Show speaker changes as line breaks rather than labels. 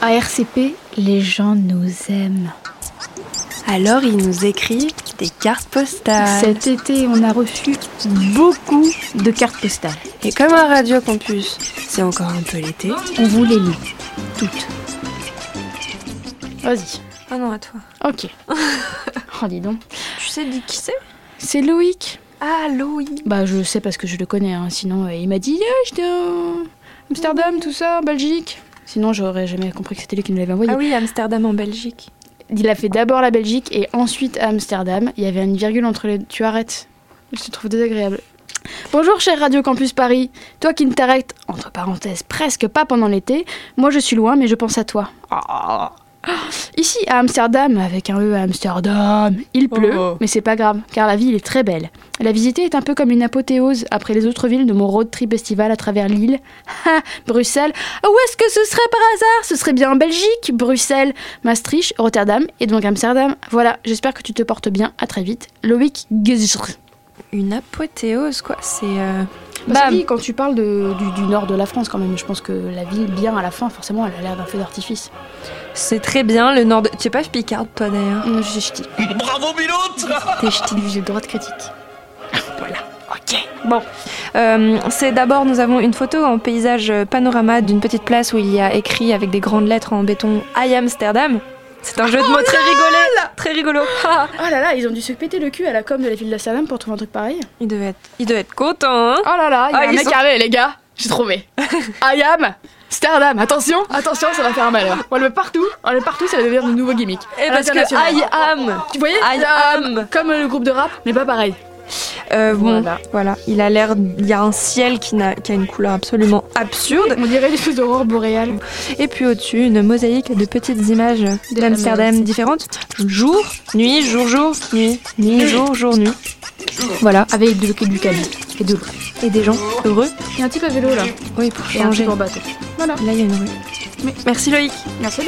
À RCP, les gens nous aiment.
Alors ils nous écrivent des cartes postales.
Cet été, on a reçu beaucoup de cartes postales.
Et comme à Radio Campus, c'est encore un peu l'été.
On vous les lit toutes. Vas-y.
Ah non, à toi.
Ok. oh, dis donc.
Tu sais de qui c'est
C'est Loïc.
Ah, Loïc.
Bah, je sais parce que je le connais, hein. sinon euh, il m'a dit Ah, j'étais à Amsterdam, tout ça, en Belgique. Sinon, j'aurais jamais compris que c'était lui qui nous l'avait envoyé.
Ah oui, Amsterdam en Belgique.
Il a fait d'abord la Belgique et ensuite à Amsterdam. Il y avait une virgule entre les. Tu arrêtes. Je te trouve désagréable. Bonjour, cher Radio Campus Paris. Toi qui ne t'arrêtes, entre parenthèses, presque pas pendant l'été. Moi, je suis loin, mais je pense à toi. Ah. Ici, à Amsterdam, avec un E à Amsterdam, il pleut,
Oh.
mais c'est pas grave, car la ville est très belle. La visiter est un peu comme une apothéose après les autres villes de mon road trip estival à travers l'île. Ah, Bruxelles, où est-ce que ce serait par hasard Ce serait bien en Belgique, Bruxelles, Maastricht, Rotterdam et donc Amsterdam. Voilà, j'espère que tu te portes bien, à très vite. Loïc Gezr.
Une apothéose, quoi. C'est. euh,
Bah,
Bam.
oui, quand tu parles de- du, du nord de la France, quand même, je pense que la ville, bien à la fin, forcément, elle a l'air d'un feu d'artifice.
C'est très bien, le nord. de- Tu es pas picarde, toi d'ailleurs.
Hum, J'ai jeté.
Bravo pilote
T'es jeté, j'ai le droit de critique. Voilà, ok. Bon,
Euh, c'est d'abord, nous avons une photo en paysage panorama d'une petite place où il y a écrit avec des grandes lettres en béton I Amsterdam. C'est un jeu de mots très rigolo. Très rigolo. Ah.
Oh là là, ils ont dû se péter le cul à la com de la ville d'Amsterdam pour trouver un truc pareil.
il, devait être, il devait être content, hein
Oh là là, il y a
Ah,
un
ils
mec
sont-
armé, les gars. J'ai trouvé. I am Amsterdam. Attention, attention, ça va faire un malheur. On le met partout, on le met partout, ça va devenir de nouveau gimmick.
Eh,
À
parce que
l'international.
I am.
Tu voyais euh,
I am.
Comme le groupe de rap, mais pas pareil.
Euh, bon,
Voilà.
voilà. Il a l'air. Il y a un ciel qui, n'a- qui a une couleur absolument absurde.
On dirait une espèce d'aurore boréale.
Et puis au-dessus, une mosaïque de petites images d'Amsterdam
Amérique.
différentes. Jour, nuit, jour, jour, nuit, nuit, jour, jour, nuit. Voilà.
Avec du, du calme et de l'eau.
Et des gens heureux.
Il y a un type à vélo là,
Oui, pour
et un
changer.
type en bateau. Voilà.
Là, il y a une rue.
Mais-
Merci Loïc.
Merci